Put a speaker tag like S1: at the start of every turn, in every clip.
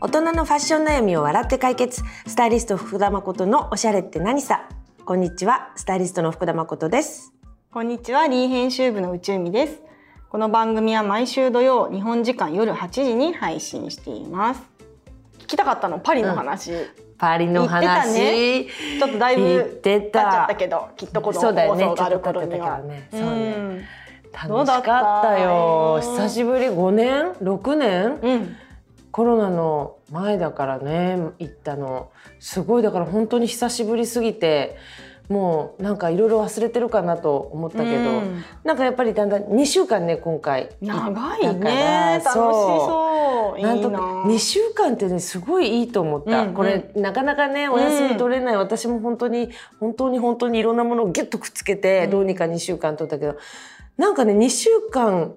S1: 大人のファッション悩みを笑って解決スタイリスト福田誠のおしゃれって何さこんにちはスタイリストの福田誠です
S2: こんにちは、リー編集部の宇宙美です。この番組は毎週土曜、日本時間夜8時に配信しています。聞きたかったの、パリの話。
S1: パリの話
S2: 言ちょっとだい
S1: 言っ
S2: ぶ
S1: て
S2: 経っちゃ
S1: た
S2: ったけど、きっとこの
S1: そ
S2: 放
S1: うだよね
S2: 送がある頃に
S1: ちょ
S2: は
S1: っと。経ってたけ
S2: う
S1: どね
S2: ん
S1: 楽しかったよ
S2: どうだった
S1: 久しぶり5年6年
S2: うん、
S1: コロナの前だからね行ったのすごいだから本当に久しぶりすぎてもうなんかいろいろ忘れてるかなと思ったけど、
S2: うん
S1: なんかやっぱりだんだん2週間ね今回
S2: 長
S1: だ
S2: い
S1: から
S2: ね。楽しそう。いい
S1: な
S2: なん
S1: とか2週間ってねすごいいいと思った、
S2: うんうん
S1: これなかなかねお休み取れない、私も本当に本当に本当にいろんなものをギュッとくっつけて、
S2: うん
S1: どうにか2週間取ったけどなんかね2週間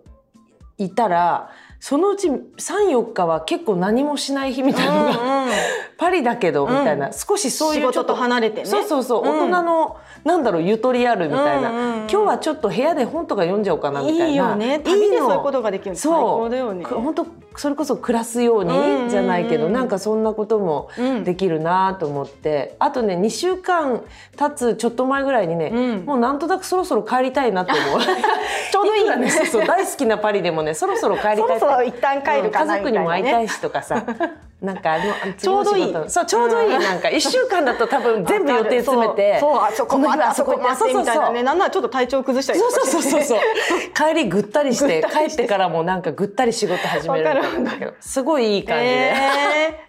S1: いたらそのうち34日は結構何もしない日みたいなのが、
S2: うんうん
S1: パリだけど
S2: う
S1: み
S2: ん
S1: たいな、少しそうい
S2: 仕
S1: うちょ
S2: 事
S1: っ
S2: と離れてね。
S1: そうそうそう、
S2: うん
S1: 大人のなんだろうゆとりあるみたいな、
S2: うんうんうん
S1: 今日はちょっと部屋で本とか読んじゃおうかなみたいない
S2: いよね。旅でそういうことができるの最
S1: そ
S2: 高
S1: う
S2: だよね。
S1: 本当それこそ暮らすように
S2: うんうん
S1: じゃないけど、なんかそんなことも
S2: うん
S1: できるなと思ってあとね2週間経つちょっと前ぐらいにね、
S2: うん
S1: もうなんとなくそろそろ帰りたいなと 思うちょうどいいわねそうそう大好きなパリでもねそろそろ帰りたい
S2: そろそろ一旦帰るかな
S1: 家族に
S2: みたいな、ね、
S1: も会いたいしとか さなんかあのあの
S2: ちょうどいい
S1: 次の仕事そうちょうどいい、
S2: うん
S1: なんか1週間だと多分全部予定詰めて
S2: そうそうあそこまであそこ
S1: ま
S2: までみたいなねなんならちょっと体調崩したり と
S1: そう
S2: か
S1: そうそうそうそう帰りぐったりして
S2: ぐったり
S1: 帰
S2: し
S1: っててからもなんかぐったり仕事始めるみたいなんだけどすごいいい感じで、
S2: えー、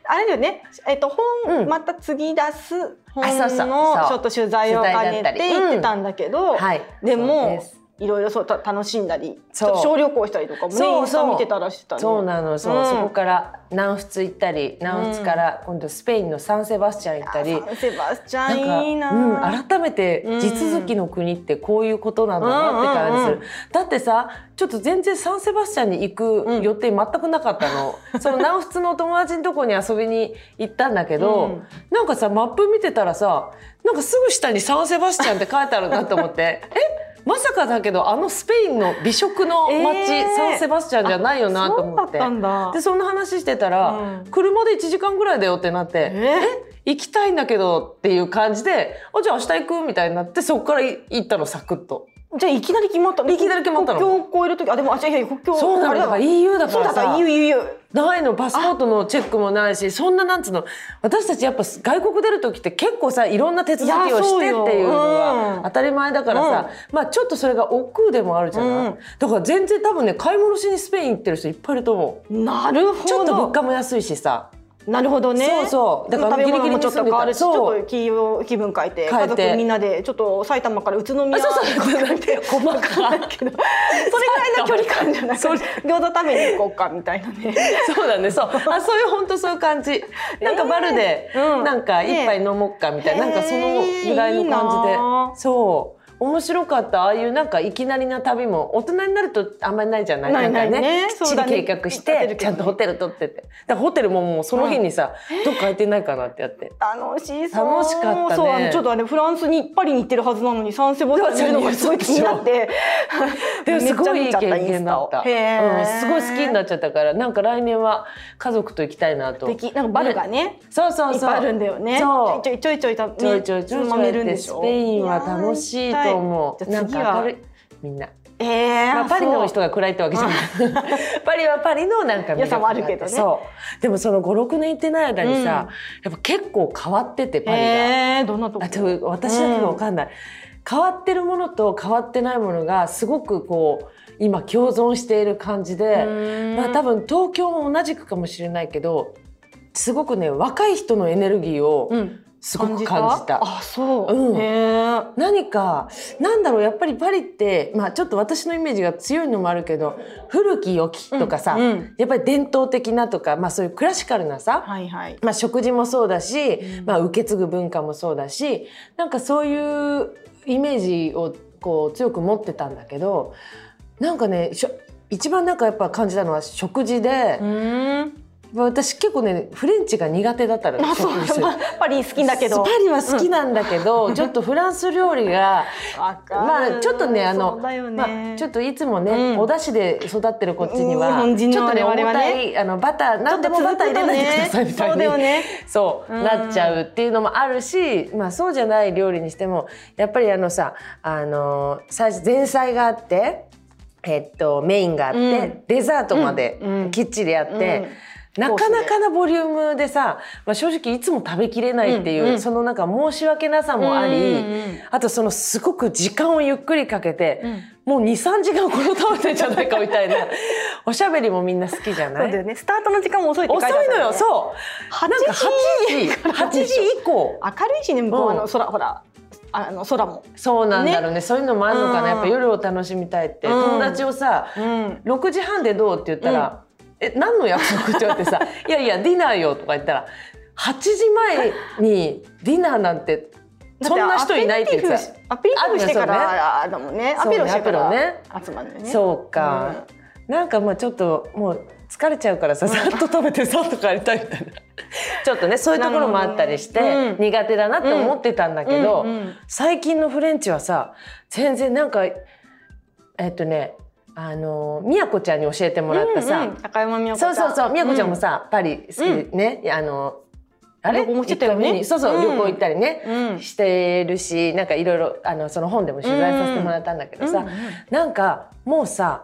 S2: あれだよね、えっと本、
S1: うん
S2: また次出す
S1: あ
S2: 本
S1: そうそうそう
S2: のちょっと取材を兼ね
S1: 取材だったり
S2: て行ってたんだけど、
S1: んはい
S2: で
S1: そう
S2: も
S1: です
S2: いろいろそうた楽しんだりち
S1: そう
S2: ょっと小旅行したりとかもね
S1: そうそう
S2: インスタ見てたらしてたね
S1: そうなのそう、
S2: うん
S1: そこから南仏行ったり南仏から今度スペインのサンセバスチャン行ったり、
S2: あセバスチ
S1: な
S2: ャ
S1: ん
S2: ン
S1: か
S2: いいな
S1: うん、改めて地続きの国ってこういうことなんだなって感じする、
S2: うんうん
S1: だってさちょっと全然サンセバスチャンに行く予定全くなかった の、その南仏のお友達のとこに遊びに行ったんだけど、
S2: うん
S1: なんかさマップ見てたらさなんかすぐ下にサンセバスチャンって書いてあるなと思って えまさかだけどあのスペインの美食の街、
S2: えー
S1: サンセバスチャンじゃないよなと思って
S2: あそうだったんだ
S1: でそんな話してたら、
S2: うん
S1: 車で1時間ぐらいだよってなって、
S2: え
S1: 行きたいんだけどっていう感じで、あ、じゃあ明日行くみたいになって、そこからい行ったの、サクッと。
S2: じゃあいきなり決まったい
S1: きなり決まったの
S2: 国境を越える時あでもあ違う違う国境
S1: そうな
S2: あ
S1: の、
S2: れ
S1: だ
S2: だ
S1: から EU だか
S2: そうだ
S1: ら
S2: った
S1: さ、
S2: 言う言う言う
S1: ないの、パスポートのチェックもないし、そんななんつうの、私たちやっぱ外国出る時って結構さ、いろんな手続き
S2: いや
S1: をし
S2: そう
S1: てっ
S2: よ
S1: ていうの
S2: う
S1: が
S2: ん
S1: 当たり前だからさ、まあちょっとそれが億劫でもあるじゃない、
S2: うん
S1: だから全然多分ね、買い物しにスペイン行ってる人いっぱいいると思う。
S2: なるほど。
S1: ちょっと物価も安いしさ。
S2: なるほどね。
S1: そうそうだ
S2: だ
S1: か
S2: からら
S1: ギ
S2: ギ
S1: リギ
S2: リ
S1: リに
S2: ギリもちょっと変わるし、ち
S1: 住んでた
S2: ょっと気を気分変えて、
S1: 変え
S2: 家
S1: て
S2: 族みんなでちょっと埼玉から宇都宮
S1: あそうそう
S2: とかなん て
S1: 細かい
S2: けど、それぐらいの距離感じゃない。
S1: それ
S2: 餃子食べに行こうかみたいなね。
S1: そうだね、そう、あ、そういう本当そういう感じ。なんかバルで、
S2: うん
S1: なんか一杯飲もうかみたいな、
S2: ね
S1: なんかそのぐらいの感じで。
S2: いいなあ
S1: そう。面白かったああいうなんかいきなりな旅も大人になるとあんまりないじゃない
S2: ない
S1: んか
S2: ないね
S1: きっち
S2: そう
S1: り
S2: だね
S1: 計画し
S2: 立て
S1: て、
S2: るけどね
S1: ちゃんとホテル取っててだからホテルももうその日にさ、どっか空いてないかなってやって
S2: 楽しそう。
S1: 楽しかったね
S2: そうあのちょっとあれフランスにパリに行ってるはずなのにサンセバスチャンにいるのがすごい気になって。
S1: でもすご いいい経験だった、
S2: めちゃ見ちゃったインスタをへ
S1: うん、
S2: ー
S1: すごい好きになっちゃったからなんか来年は家族と行きたいなと
S2: 素敵なんかバルがね。
S1: そうそうそう
S2: いっぱいあるんだよね。
S1: そう
S2: ちょいちょいちょいた
S1: ちょいちょいちょい
S2: つまめるんでしょ
S1: スペインは楽しいと思う。
S2: いや
S1: なん
S2: ー行きたいじ
S1: か
S2: ゃあ次は
S1: 明るい。みんな。
S2: ええー
S1: まあ、パリの
S2: そう
S1: 人が暗いってわけじゃない。 パリはパリのなんか魅力があって
S2: 良さもあるけどね
S1: そう。でもその5、6年行ってない間にさ、やっぱ結構変わってて、パリが。
S2: ええーどんなとこ
S1: あと私だけがわかんない、変わってるものと変わってないものがすごくこう今共存している感じ
S2: う
S1: で
S2: ーん
S1: まあ多分東京も同じくかもしれないけどすごくね若い人のエネルギーを
S2: うん
S1: すごく感じた。
S2: あそう、
S1: うん
S2: へえ
S1: 何かなんだろうやっぱりパリって、まあ、ちょっと私のイメージが強いのもあるけど古き良きとかさ、
S2: うんうん
S1: やっぱり伝統的なとか、まあ、そういうクラシカルなさ、
S2: はいはい
S1: まあ、食事もそうだし、まあ、受け継ぐ文化もそうだしなんかそういうイメージをこう強く持ってたんだけどなんかねしょ一番なんかやっぱ感じたのは食事で、
S2: うん
S1: 私結構ねフレンチが苦手だったら
S2: あそう
S1: 食事
S2: パ パリ好きだけど
S1: パリは好きなんだけど、ちょっとフランス料理が
S2: わかる
S1: まあちょっとねあの
S2: そうだよね
S1: まあ、ちょっといつもね、
S2: うん
S1: お出汁で育ってるこっちには、
S2: うん日本人の
S1: ちょっとね
S2: 我
S1: 重
S2: 々はね
S1: たいあのバター何でもバター入れないでくださいみたい
S2: そう
S1: に
S2: だよね
S1: そう
S2: うん
S1: なっちゃうっていうのもあるし、まあ、そうじゃない料理にしてもやっぱりあのさあの最初前菜があって、えっと、メインがあって、
S2: うん
S1: デザートまで
S2: うん
S1: きっちりあって。
S2: うん
S1: なかなかなボリュームでさ、まあ、正直いつも食べきれないっていう、
S2: うんうん
S1: そのなんか申し訳なさもあり、
S2: うんうんうん
S1: あとそのすごく時間をゆっくりかけて、もう23時間これを食べてんじゃないかみたい なおしゃべりもみんな好きじゃな
S2: そう
S1: い
S2: だよねスタートの時間も遅いって書いて
S1: 遅
S2: あった
S1: いのよ
S2: う
S1: そうなんか8時8時以降
S2: 明るいしね向こうはあ
S1: う
S2: の
S1: ん
S2: 空ほらあの空も
S1: そうなんだろうねそういうのもあるのか
S2: うん
S1: なやっぱ夜を楽しみたいって、
S2: うん
S1: 友達をさ
S2: うん
S1: 6時半でどうって言ったら「え何の約束?」って言われてさ 「いやいやディナーよ」とか言ったら8時前にディナーなんてそんな人いないって言ってた。
S2: アピリティフしてからあだもんねアピールしてか
S1: そうね
S2: ら集まるんだよね
S1: そうか、なんかまあちょっともう疲れちゃうからささっと食べてさっと帰りたいみたいな ちょっとねそういうところもあったりして、
S2: なるほどねうん
S1: 苦手だなって思ってたんだけど、
S2: うんうんうん
S1: 最近のフレンチはさ全然なんかえっとねあのみやこちゃんに教えてもらったさ、
S2: うんうん高山美代子
S1: そうそうそうみやこちゃんも
S2: さ
S1: さ、パリ好きね、あのあれ
S2: 旅行も行ってたよね
S1: 一回見にそうそう、
S2: うん
S1: 旅行行ったりね、
S2: うん
S1: してるしなんかいろいろあのその本でも取材させてもらったんだけどさ、
S2: うんうん
S1: なんかもうさ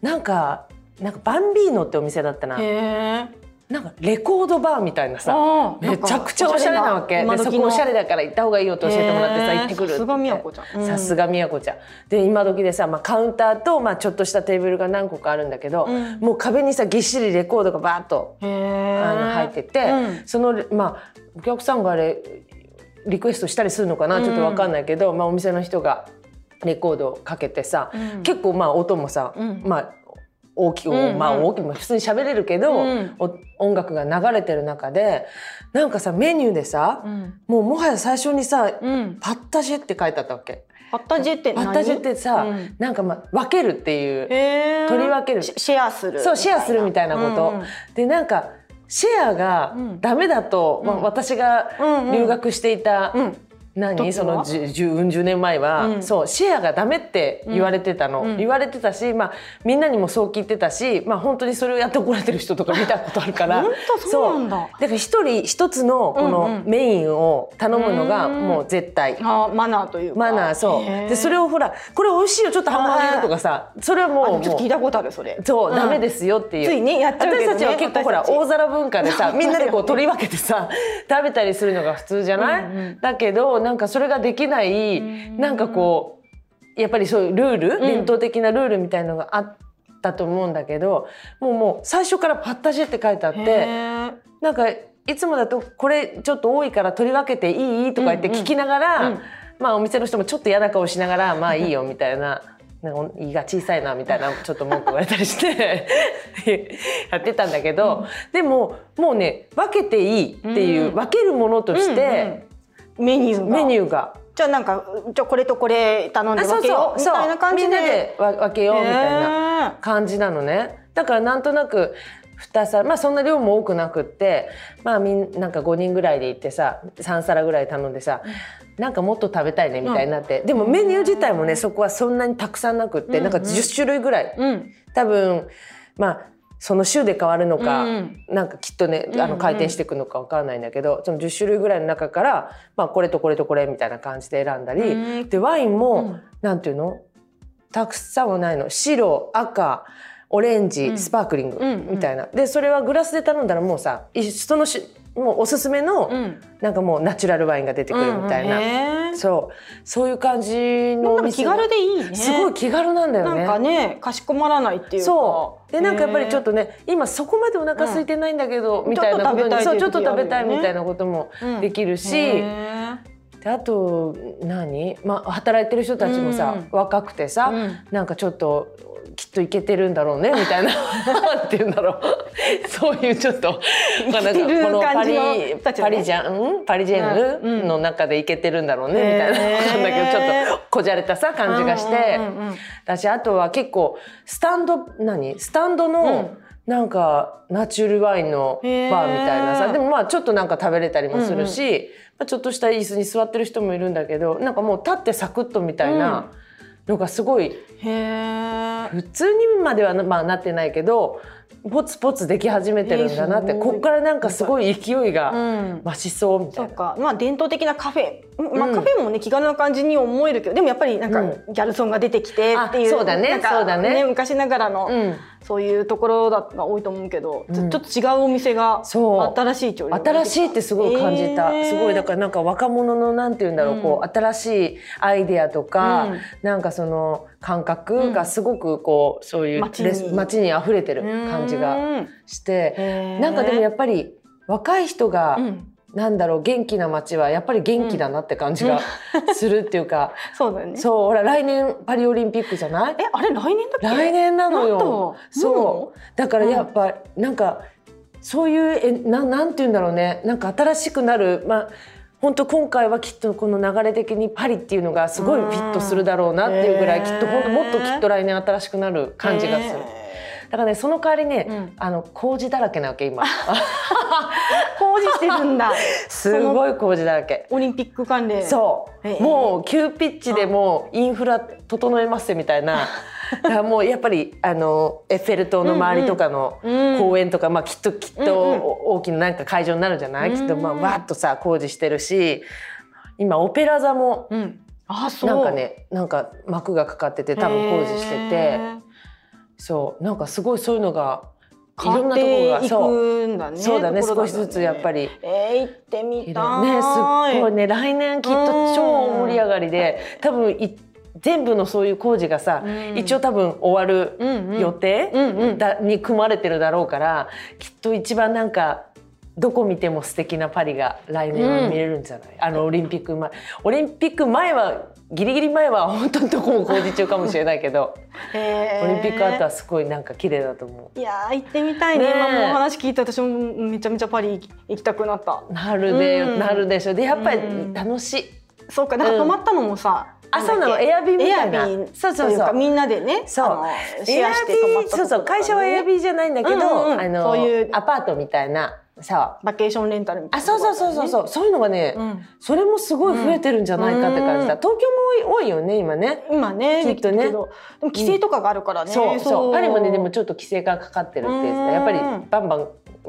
S1: なんかなんかバンビーノってお店だったな
S2: へえ
S1: なんかレコードバーみたいなさ
S2: あー
S1: めちゃくちゃおしゃれなわけで
S2: なんか
S1: そ
S2: 今時
S1: こ
S2: の
S1: おしゃれだから行った方がいいよと教えてもらってさ、
S2: へー
S1: 行ってくるって
S2: さすがみやこちゃんうん
S1: さすがみやこちゃんで今時でさ、まあ、カウンターと、まあ、ちょっとしたテーブルが何個かあるんだけど、
S2: うん
S1: もう壁にさぎっしりレコードがバーッと
S2: へ
S1: あ
S2: え
S1: の入ってて、
S2: うん
S1: そのまあお客さんがあれリクエストしたりするのかなちょっとわかんないけど、まあお店の人がレコードをかけてさ、
S2: うん
S1: 結構まあ音もさ、
S2: うん
S1: まあ大きく、
S2: うんうん
S1: まあ大きくまあ普通に喋れるけど、
S2: うん
S1: お音楽が流れてる中でなんかさメニューでさ、
S2: うん
S1: もうもはや最初にさ、
S2: うん
S1: パッタジェって書いてあったわけ。
S2: パッタジェって
S1: パ
S2: 何
S1: ッタジェってさ、
S2: うん
S1: なんかまあ分けるっていう。
S2: へー
S1: 取り分ける
S2: シシェアする
S1: そうシェアするみたいなこと、
S2: うんうん
S1: でなんかシェアが
S2: うん
S1: ダメだと、まあ
S2: うん
S1: 私が
S2: うんうん
S1: 留学していた、
S2: うん時は
S1: 何その10 10うん10年前は、
S2: うん
S1: そうシェアがダメって言われてたの、
S2: うん
S1: 言われてたし、まあ、みんなにもそう聞いてたし、まあ、本当にそれをやって怒られてる人とか見たことあるから
S2: 本当そうなんだ
S1: そうだから一人一つのこ
S2: うん
S1: の
S2: うん
S1: メインを頼むのが
S2: うん
S1: もう絶対。
S2: あーマナーというか
S1: マナーそうでそれ
S2: を
S1: をほらこれ美味しいよちょっと半分あげるとかさそれはもう
S2: ち
S1: も
S2: ょっと
S1: う
S2: 聞いたことあるそれ
S1: そう、
S2: ん
S1: ダメですよっていう
S2: ついねやっちゃうけどね
S1: 私たちは結構ほ
S2: 私
S1: ら
S2: たち
S1: 大皿文化で さみんなでこ
S2: そう
S1: う取り分けてさ食べたりするのが普通じゃない、
S2: うんうん
S1: だけどなんかそれができない、
S2: ん
S1: なんかこうやっぱりそういうルール、伝統的なルールみたいのがあったと思うんだけどもうもう最初から「パッタジェ」って書いてあっ
S2: へ
S1: て
S2: ー
S1: なんかいつもだと「これちょっと多いから取り分けていい?」とか言って聞きながら、
S2: うんうん
S1: まあお店の人もちょっと嫌な顔しながら「まあいいよ」みたいな。なんか胃が小さいなみたいなちょっと文句言われたりして やってたんだけど、でももうね分けていいっていう、
S2: うん
S1: 分けるものとして、
S2: メニューが
S1: メニューが
S2: じゃあなんかじゃあこれとこれ頼んで
S1: あそ
S2: 分
S1: う
S2: けよ
S1: そう
S2: うみ
S1: そう
S2: たいな感じ
S1: み
S2: で
S1: んなでわ分けようみたいな
S2: な
S1: 感じなのねだからなんとなく2皿まあそんな量も多くなくってまあみんなんか5人ぐらいで行ってさ3皿ぐらい頼んでさなんかもっと食べたいねみたいになって、でもメニュー自体もねそこはそんなにたくさんなくって、
S2: うん
S1: なんか10種類ぐらい
S2: うん
S1: 多分まあその週で変わるのか、
S2: うん
S1: なんかきっとねあ
S2: うんう
S1: の
S2: ん
S1: 回転していくのかわかんないんだけど、その10種類ぐらいの中から、まあ、これとこれとこれみたいな感じで選んだり、
S2: うん
S1: でワイン
S2: う
S1: も、
S2: ん
S1: なんていうのたくさんはないの白赤オレンジ、
S2: うん
S1: スパークリング
S2: うんうん
S1: みたいな、でそれはグラスで頼んだらもうさいそのしもうおすすめの、
S2: うん
S1: なんかもうナチュラルワインが出てくるみたいな、
S2: うんへー
S1: そうそういう感じの
S2: な
S1: お
S2: んか気
S1: 店
S2: 軽でいいね
S1: すごい気軽なんだよ
S2: なんかねかしこまらないっていうか
S1: そうでなんかやっぱりちょっ
S2: と
S1: とね今そこまでお腹空いてないんだけど、みたいなこと
S2: ちょっと食べた
S1: に
S2: い
S1: そう
S2: っ
S1: ち
S2: てい
S1: ょ
S2: う
S1: っ
S2: 時
S1: と食べた
S2: あ
S1: い
S2: るよね
S1: みたいなことも
S2: うん
S1: できるし、であと何、まあ、働いてる人たちもさ、
S2: うん
S1: 若くてさ、
S2: うん
S1: なんかちょっときっといけてるんだ ろうねみたいななんて言うんだろう そういうちょっとまあなんか
S2: 生きてる
S1: このパ
S2: 感じ
S1: リ
S2: の人たちだ
S1: パ
S2: ね
S1: リジャンパリジェン
S2: うんうん
S1: ヌの中でいけてるんだろうねみたいな、
S2: へー
S1: わかんないけどちょっとこじゃれたさ感じがして、
S2: うんうんうんうん
S1: 私あとは結構スタンド何スタンドの、
S2: う
S1: なんかナチュールワインのバ
S2: へー
S1: ーみたいなさでもまあちょっとなんか食べれたりもするし、まあ、ちょっとした椅子に座ってる人もいるんだけどなんかもう立ってサクッとみたいなのがすごい
S2: へえ
S1: 普通にまではな,、まあ、なってないけどポツポツでき始めてるんだなって、
S2: えーすごい
S1: こっからなんかすごい勢いが
S2: うん
S1: 増しそうみた
S2: そ
S1: いな
S2: う。かまあ伝統的なカフェ、うんまあ、
S1: うん
S2: カフェもね気軽な感じに思えるけどでもやっぱりなんか
S1: う
S2: ギャルソンが出てきてっていう
S1: あそうだね
S2: なんか
S1: そうだね
S2: 昔ながらの、
S1: うん
S2: そういうところだが多いと思うけど、ちょ
S1: うん
S2: ちょっと違うお店が
S1: そう
S2: 新しい調理法
S1: 新
S2: が出てき
S1: しいってすごい感じた、
S2: えー
S1: すごいだからなんか若者のなんて言うんだろう、
S2: うん
S1: こう新しいアイデアとか、
S2: うん
S1: なんかその感覚がすごくこう、そういう
S2: 街
S1: 街
S2: に
S1: に街に溢れてる感じがして、
S2: が
S1: なんかでもや
S2: っ
S1: っぱり若い人が、なんだろう元気な街はやっぱり元気だなって感じがするっていうか、
S2: そうだよ ね
S1: そうほら来年パリオリンピックじゃない
S2: えあれ来年だっけ
S1: 来年なの
S2: なん
S1: よ。
S2: と
S1: そうだからやっぱ、なんかそういうえななんて言うんだろうねなんか新しくなるまあ本当今回はきっとこの流れ的にパリっていうのがすごいフィットするだろうなっていうぐらい、
S2: うん
S1: きっと本当もっときっと来年新しくなる感じがする。だからねその代わりね、
S2: うん
S1: あの工事だらけなわ け今
S2: 工事してる んだ
S1: すごい工事だらけ。
S2: オリンピック関連
S1: そう、
S2: ええ
S1: もう急ピッチでもうインフラ整えますみたい なだからもうやっぱりあのエッフェル塔の周りとかの
S2: うん
S1: 公園とか、まあ、きっときっと
S2: うんうん
S1: お大きななんか会場になるじゃない、
S2: うん
S1: きっとまあわーっとさ工事してるし今オペラ座も
S2: う、ん、あそう
S1: なんかねなんか幕がかかってて多分工事して
S2: へ
S1: て
S2: ー
S1: そうなんかすごいそういうのがい
S2: 変
S1: ろん
S2: わっ
S1: なところが
S2: てい
S1: そう
S2: くんだね
S1: そうだね
S2: ところ
S1: 少しずつやっぱり
S2: えー、行ってみ
S1: い
S2: た
S1: る
S2: い
S1: ねすっごいね来年きっと超盛り上がりで多分い全部のそういう工事がさ、
S2: うん
S1: 一応多分終わる
S2: うんうん
S1: 予定、
S2: うんうん
S1: だに組まれてるだろうからきっと一番なんかどこ見ても素敵なパリが来年は見れるんじゃない、あのオリンピック前オリンピック前はギリギリ前は本当にどこも工事中かもしれないけ ど
S2: へー
S1: オリンピック後はすごいなんか綺麗だと思
S2: いやー行ってみたいね
S1: ねえ
S2: 今もうお話聞いて私もめちゃめちゃパリ行きたくなった
S1: うなるで、
S2: うん
S1: なるでしょでやっぱり
S2: うん
S1: 楽しい、
S2: そうかだから泊まったのもさ、
S1: あ
S2: だっけ
S1: そうなのエアビーみたいな
S2: エアビー
S1: そうそうそう
S2: といかみんなでね
S1: そう
S2: あのシェアして泊まっ
S1: Airbnb
S2: たとこ
S1: そうそう会社は
S2: エアビー
S1: Airbnb じゃないんだけど、
S2: うんうん
S1: あの
S2: そういう
S1: アパートみたいなさ
S2: バケーションレンタルみたい
S1: あ
S2: な
S1: そうそうそうそう
S2: う、
S1: そうそういうのがね、
S2: うん、
S1: それもすごい増えてるんじゃないかって感じだ、
S2: うん
S1: 東京も多いよね今ね
S2: 今ね
S1: きっとね
S2: できるけどでも規制とかがあるからね、
S1: そうそうパリもねでもちょっと規制がかかってるって言ってた
S2: うん
S1: やっぱりバンバン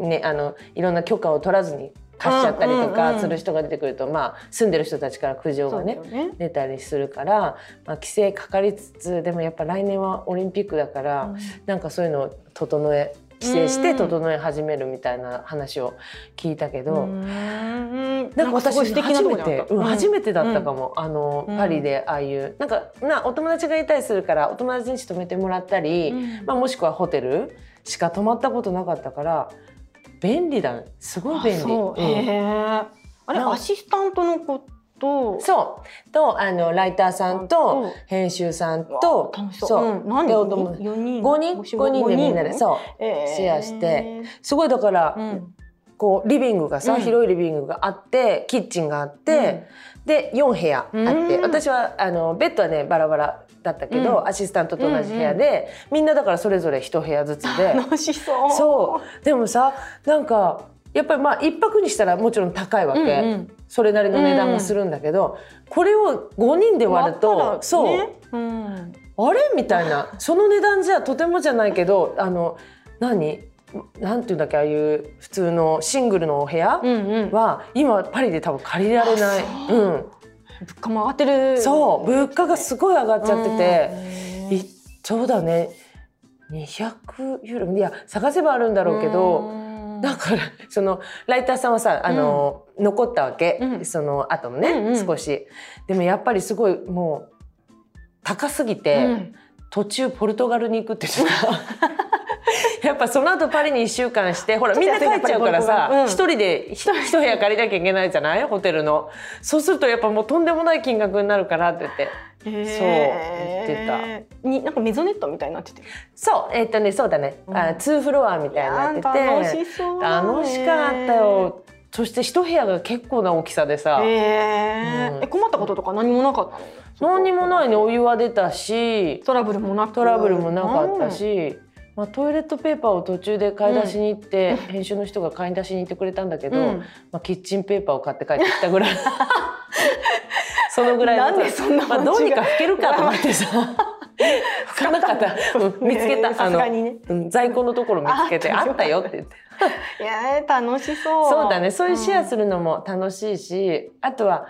S1: ねあのいろんな許可を取らずに貸しちゃったりと
S2: うんうんう
S1: か
S2: ん
S1: する人が出てくると、まあ住んでる人たちから苦情
S2: そ
S1: が
S2: うだ
S1: ね
S2: よね
S1: 出たりするから、まあ、規制かかりつつでもやっぱ来年はオリンピックだから、
S2: うん
S1: なんかそういうのを整え規制して整え始めるみたいな話を聞いたけど。
S2: うん
S1: なんか私
S2: すごい素敵な
S1: 初
S2: と
S1: め
S2: こにあった
S1: て、うん、初めてだったかも、あの
S2: うん
S1: パリでああいうなんかなお友達がいたりするからお友達に泊めてもらったり、
S2: うん
S1: まあ、もしくはホテルしか泊まったことなかったから便利だねすごい便利。
S2: あそう、へ
S1: うん
S2: えあれ
S1: なんか
S2: アシスタントの子と
S1: そうとあのライターさん
S2: うん
S1: と編集さんと
S2: わあ楽しそううん、何
S1: でお友
S2: 人四人
S1: 5人
S2: お仕
S1: 5
S2: 事
S1: 人でみんなで
S2: 五人
S1: そう
S2: えー
S1: シェアしてすごいだから、
S2: うん
S1: こうリビングがさ、
S2: うん
S1: 広いリビングがあってキッチンがあって、で4部屋あって、
S2: うん
S1: 私はあのベッドはねバラバラだったけど、
S2: う
S1: アシスタントと同じ部屋で、みんなだからそれぞれ1部屋ずつで
S2: 楽しそう
S1: そうでもさなんかやっぱりまあ1泊にしたらもちろん高いわけ、
S2: うんうん
S1: それなりの値段もするんだけど、これを5人で割る
S2: 終わった
S1: と、
S2: らね
S1: そう
S2: うん
S1: あれみたいなその値段じゃとてもじゃないけどあの何なんていうんだっけああいう普通のシングルのお部屋、
S2: うんうん物
S1: は今パリで多分借りられない
S2: あ
S1: う、ん、
S2: 価も上がってる
S1: そう物価がすごい上がっちゃってて、
S2: て
S1: いそうだね200ユーロいや探せばあるんだろうけど、だからそのライターさんはさあの、残ったわけ、
S2: うん
S1: その後もね、
S2: うんうん
S1: 少しでもやっぱりすごいもう高すぎて、
S2: うん
S1: 途中ポルトガルに行くって言ってた やっぱその後パリに1週間してほらみんな帰っちゃうからさ
S2: うん
S1: 一人でひ一部屋借りなきゃいけないじゃないホテルのそうするとやっぱもうとんでもない金額になるからって言って
S2: そう言
S1: 言
S2: ってたになんかメゾネットみたいになってて
S1: そうえっ、とねそうだね、あ
S2: うん
S1: 2フロアみたいになってて
S2: 楽しそうだね
S1: 楽しかったよそして一部屋が結構な大きさでさ、
S2: へえ、
S1: うん
S2: え困ったこととか何もなかったの
S1: 何にもないねお湯は出たし
S2: トラブルもなく
S1: トラブルもなかったし、まあ、トイレットペーパーを途中で買い出しに行って、編集の人が買い出しに行ってくれたんだけど、
S2: うん
S1: まあ、キッチンペーパーを買って帰ってきたぐ らいそのぐらい
S2: なんでそんな
S1: まあ、どうにか拭けるかと思って さ拭かなかった、うん見つけた、
S2: えー
S1: あ
S2: さすがにね
S1: の、うん、在庫のところ見つけて
S2: あ
S1: あったよって言って
S2: いやー楽しそう
S1: そうだねそういうシェア
S2: ん
S1: するのも楽しいし、あとは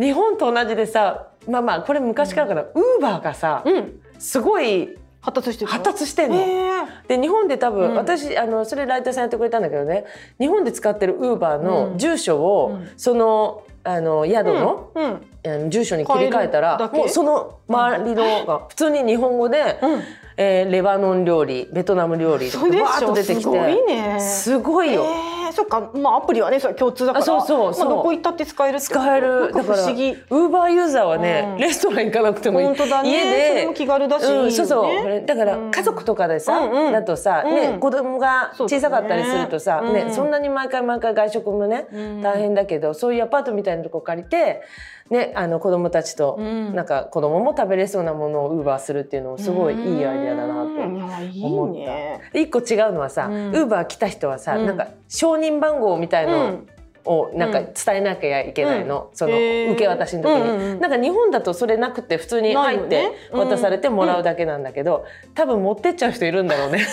S1: 日本と同じでさまあまあこれ昔からかなウーバーがさ
S2: うん
S1: すごい
S2: 発達してる
S1: 発達してん
S2: へ
S1: の。
S2: え
S1: で日本で多分、
S2: うん
S1: 私あのそれライターさんやってくれたんだけどね日本で使ってるウーバー
S2: う
S1: の
S2: ん
S1: 住所を、
S2: うん
S1: そのあの宿の、
S2: うんうん
S1: あの住所に切り替えたら
S2: 変えるだけ
S1: もうその周りのが普通に日本語で、
S2: うん
S1: えーレバノン料理ベトナム料理ってバ
S2: そうで
S1: ー
S2: し
S1: ッと
S2: ょ
S1: 出てきて
S2: すごいね
S1: すごいよ。
S2: えーそっかまあアプリはねそれ共通だから
S1: あそうそうそう
S2: まあ、どこ行ったって使えるってこと
S1: 使えるだ
S2: なん
S1: か
S2: から
S1: ウ
S2: 不思議
S1: ーバーユーザーはね、
S2: うん
S1: レストラン行かなくてもいい
S2: 本当だね
S1: 家
S2: そ
S1: で
S2: れも気軽だし、
S1: うん、そうそう、
S2: ね
S1: だから
S2: うん
S1: 家族とかでさ、
S2: うんうん
S1: だとさ、
S2: う
S1: ね
S2: ん
S1: 子供が小さかったりするとさ、
S2: そうだね
S1: ね
S2: うん
S1: そんなに毎回毎回外食もね、
S2: うん
S1: 大変だけどそういうアパートみたいなとこ借りて、ね、あの子供たちと、
S2: うん
S1: なんか子供も食べれそうなものをウーバーするっていうのもすごいいいアイデアだなと
S2: うんいやいい
S1: 思った
S2: ね
S1: で一個違うのはさ、
S2: う
S1: ウ
S2: ん
S1: ーバー来た人はさ、
S2: うん
S1: なんか承認番号みたいの、
S2: うん
S1: をなんか伝えなきゃいけないの、その
S2: へー
S1: 受け渡しの時に、
S2: うんうんうん
S1: なんか日本だとそれなくて普通に入っ
S2: ない
S1: て
S2: よねうん
S1: 渡されてもらうだけなんだけど、多分持ってっちゃう人いるんだろ うね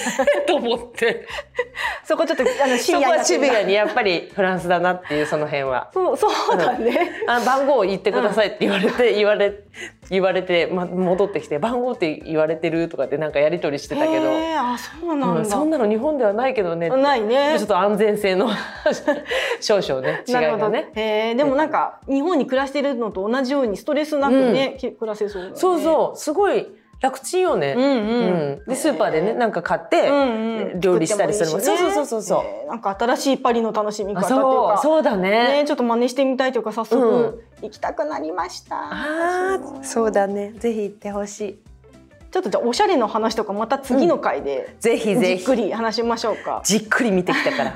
S1: と思って
S2: そこちょっとあのシ
S1: そ
S2: ビ
S1: こ
S2: ア
S1: はシビア
S2: に
S1: にやっぱりフランスだなっていうその辺は。
S2: そうそうだね、
S1: あ番号を言ってくださいって言われ て、言われ言われて、ま、戻ってきて番号って言われてるとかってなんかやり取りしてたけど、
S2: へーあそうなんだ、
S1: うん、そんなの日本ではないけどねって
S2: ないね
S1: ちょっと安全性 の少々ね違い
S2: なるほ
S1: が
S2: ど
S1: ね
S2: ね。。へえでもなんか日本に暮らしてるのと同じようにストレスなくね、き暮らせそうだね。
S1: そうそう、すごい楽ちんよ
S2: う
S1: ね。
S2: ん
S1: う
S2: うん。
S1: ん、で、スーパーでね、なんか買って、
S2: うんうん。
S1: 料理したりするもん。
S2: 作
S1: そ
S2: っ
S1: うそう
S2: てもいいしね
S1: そうそうそ
S2: えーなんか新しいパリの楽しみ
S1: う。
S2: 方
S1: あ、
S2: という
S1: そう、
S2: か。
S1: そうだ
S2: ね
S1: ね。
S2: ちょっと真似してみたいというか早速行きたくなりました。私も
S1: そうだね。ぜひ行ってほしい。
S2: ちょっとじゃあおしゃれの話とかまた次の回で
S1: ぜひ
S2: じ
S1: ぜ
S2: っ
S1: ひ。
S2: くり話しましょうか。
S1: じっくり見てきた から。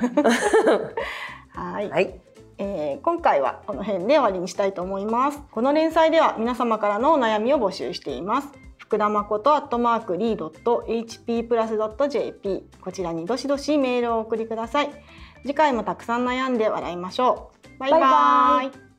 S2: はい。
S1: はい。
S2: えー今回はこの辺で終わりにしたいと思いますこの連載では皆様からのお悩みを募集しています福田誠アットマークリードット HP プラスドット JP こちらにどしどしメールをお送りください次回もたくさん悩んで笑いましょうバイバ
S1: バイバ
S2: イ
S1: イ